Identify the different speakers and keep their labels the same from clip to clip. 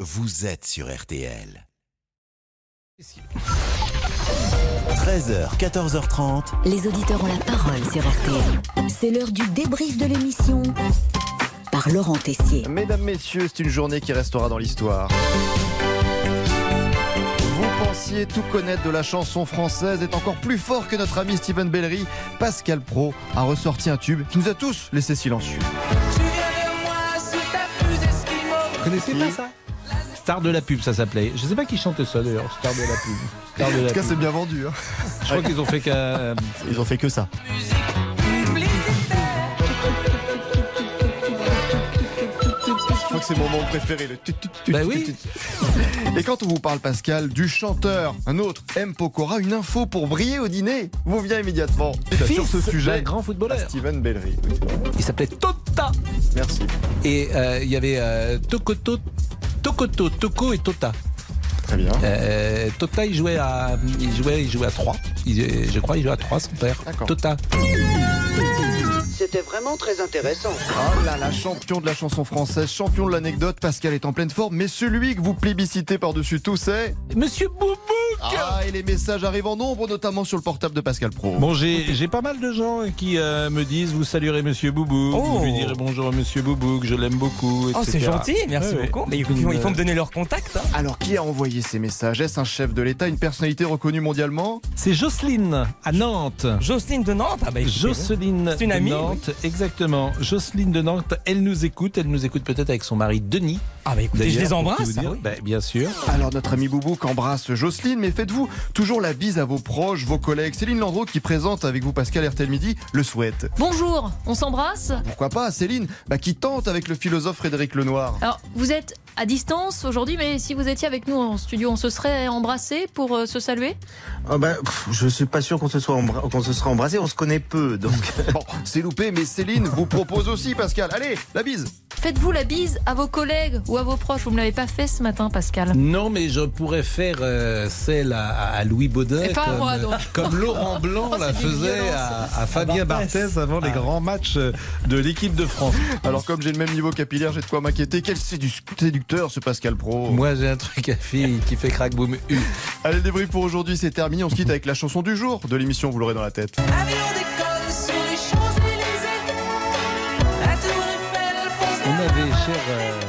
Speaker 1: vous êtes sur RTL. 13h, 14h30.
Speaker 2: Les auditeurs ont la parole sur RTL. C'est l'heure du débrief de l'émission par Laurent Tessier.
Speaker 3: Mesdames, messieurs, c'est une journée qui restera dans l'histoire. Vous pensiez tout connaître de la chanson française est encore plus fort que notre ami Stephen Bellery. Pascal Pro a ressorti un tube qui nous a tous laissés silencieux.
Speaker 4: Vous connaissez pas ça Star de la pub, ça s'appelait. Je sais pas qui chantait ça d'ailleurs, Star de la pub. Star de
Speaker 3: En
Speaker 4: la
Speaker 3: tout cas,
Speaker 4: pub.
Speaker 3: c'est bien vendu. hein.
Speaker 4: Je crois qu'ils ont fait qu'un. euh,
Speaker 3: Ils ont fait que ça. Je crois que c'est mon moment préféré, le tut, tut, tut,
Speaker 4: Bah
Speaker 3: tut,
Speaker 4: oui.
Speaker 3: tut, tut. Et quand on vous parle, Pascal, du chanteur, un autre, M. Pokora, une info pour briller au dîner vous vient immédiatement sur ce
Speaker 4: d'un
Speaker 3: sujet.
Speaker 4: grand footballeur.
Speaker 3: Steven Bellery. Oui, c'est vrai.
Speaker 4: Il s'appelait Tota.
Speaker 3: Merci.
Speaker 4: Et euh, il y avait euh, Tokoto. Tokoto, Toko et Tota.
Speaker 3: Très bien.
Speaker 4: Euh, Tota, il jouait à, il jouait, il jouait à 3. Il- je crois il jouait à 3, son père.
Speaker 3: D'accord.
Speaker 4: Tota.
Speaker 5: C'était vraiment très intéressant.
Speaker 3: Oh là là, champion de la chanson française, champion de l'anecdote, Pascal est en pleine forme, mais celui que vous plébiscitez par-dessus tout, c'est.
Speaker 4: Monsieur Boubou
Speaker 3: Ah, et les messages arrivent en nombre, notamment sur le portable de Pascal Pro.
Speaker 6: Bon, j'ai j'ai pas mal de gens qui euh, me disent vous saluerez Monsieur Boubou,
Speaker 7: Oh.
Speaker 6: vous lui direz bonjour à Monsieur Boubou, que je l'aime beaucoup. Etc.
Speaker 7: Oh, c'est gentil, merci
Speaker 6: Ouais, ouais.
Speaker 7: beaucoup. Mais ils, vont- ils vont me donner leur contact. hein.
Speaker 3: Alors, qui a envoyé ces messages Est-ce un chef de l'État, une personnalité reconnue mondialement
Speaker 4: C'est Jocelyne à Nantes.
Speaker 7: Jocelyne de Nantes. Ah bah, écoutez,
Speaker 4: Jocelyne
Speaker 7: C'est une amie,
Speaker 4: de Nantes, exactement. Jocelyne de Nantes, elle nous écoute, elle nous écoute peut-être avec son mari Denis.
Speaker 7: ah bah, écoutez, je
Speaker 4: d'ailleurs,
Speaker 7: les
Speaker 4: pour tout
Speaker 7: embrasse.
Speaker 4: vous dire.
Speaker 7: ah oui.
Speaker 4: Ben, bien sûr.
Speaker 3: Alors, notre ami Boubouk embrasse Jocelyne, mais faites-vous toujours la bise à vos proches, vos collègues. Céline Landreau, qui présente avec vous Pascal RTL Midi, le souhaite.
Speaker 8: Bonjour, on s'embrasse.
Speaker 3: Pourquoi pas Céline, bah, qui tente avec le philosophe Frédéric Lenoir
Speaker 8: Alors, vous êtes à distance aujourd'hui, mais si vous étiez avec nous en studio, on se serait embrassé pour euh, se saluer
Speaker 9: Ah bah, pff, je suis pas sûr qu'on se soit embra- qu'on se sera embrassé, on se connaît peu donc.
Speaker 3: Bon, c'est loupé, mais Céline vous propose aussi, Pascal. Allez, la bise
Speaker 8: Faites-vous la bise à vos collègues ou à vos proches. Vous ne me l'avez pas fait ce matin, Pascal.
Speaker 4: Non, mais je pourrais faire euh, celle à, à Louis Baudin.
Speaker 8: Et pas à
Speaker 4: comme,
Speaker 8: moi, donc.
Speaker 4: comme Laurent Blanc
Speaker 8: Oh,
Speaker 4: la
Speaker 8: c'est d'une
Speaker 4: faisait
Speaker 8: violence.
Speaker 4: à, à Fabien Barthez avant
Speaker 8: Ah.
Speaker 4: les grands matchs euh, de l'équipe de France.
Speaker 3: Alors comme j'ai le même niveau capillaire, j'ai de quoi m'inquiéter. Quel sédu- séducteur ce Pascal Pro.
Speaker 4: Moi, j'ai un truc à fille qui fait crack boom U.
Speaker 3: Allez, le débrief pour aujourd'hui, c'est terminé. On se quitte avec la chanson du jour de l'émission, vous l'aurez dans la tête.
Speaker 4: On avait, cher, euh,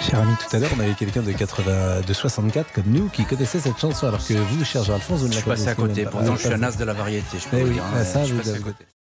Speaker 4: cher ami, tout à l'heure, on avait quelqu'un de, 80, de 64 comme nous qui connaissait cette chanson, alors que vous, cher Jean-Alphonse, vous ne la connaissez pas. Vous ne la connaissez pas.
Speaker 10: de la variété, hein. je
Speaker 4: Eh oui, ah, ça, vous avez-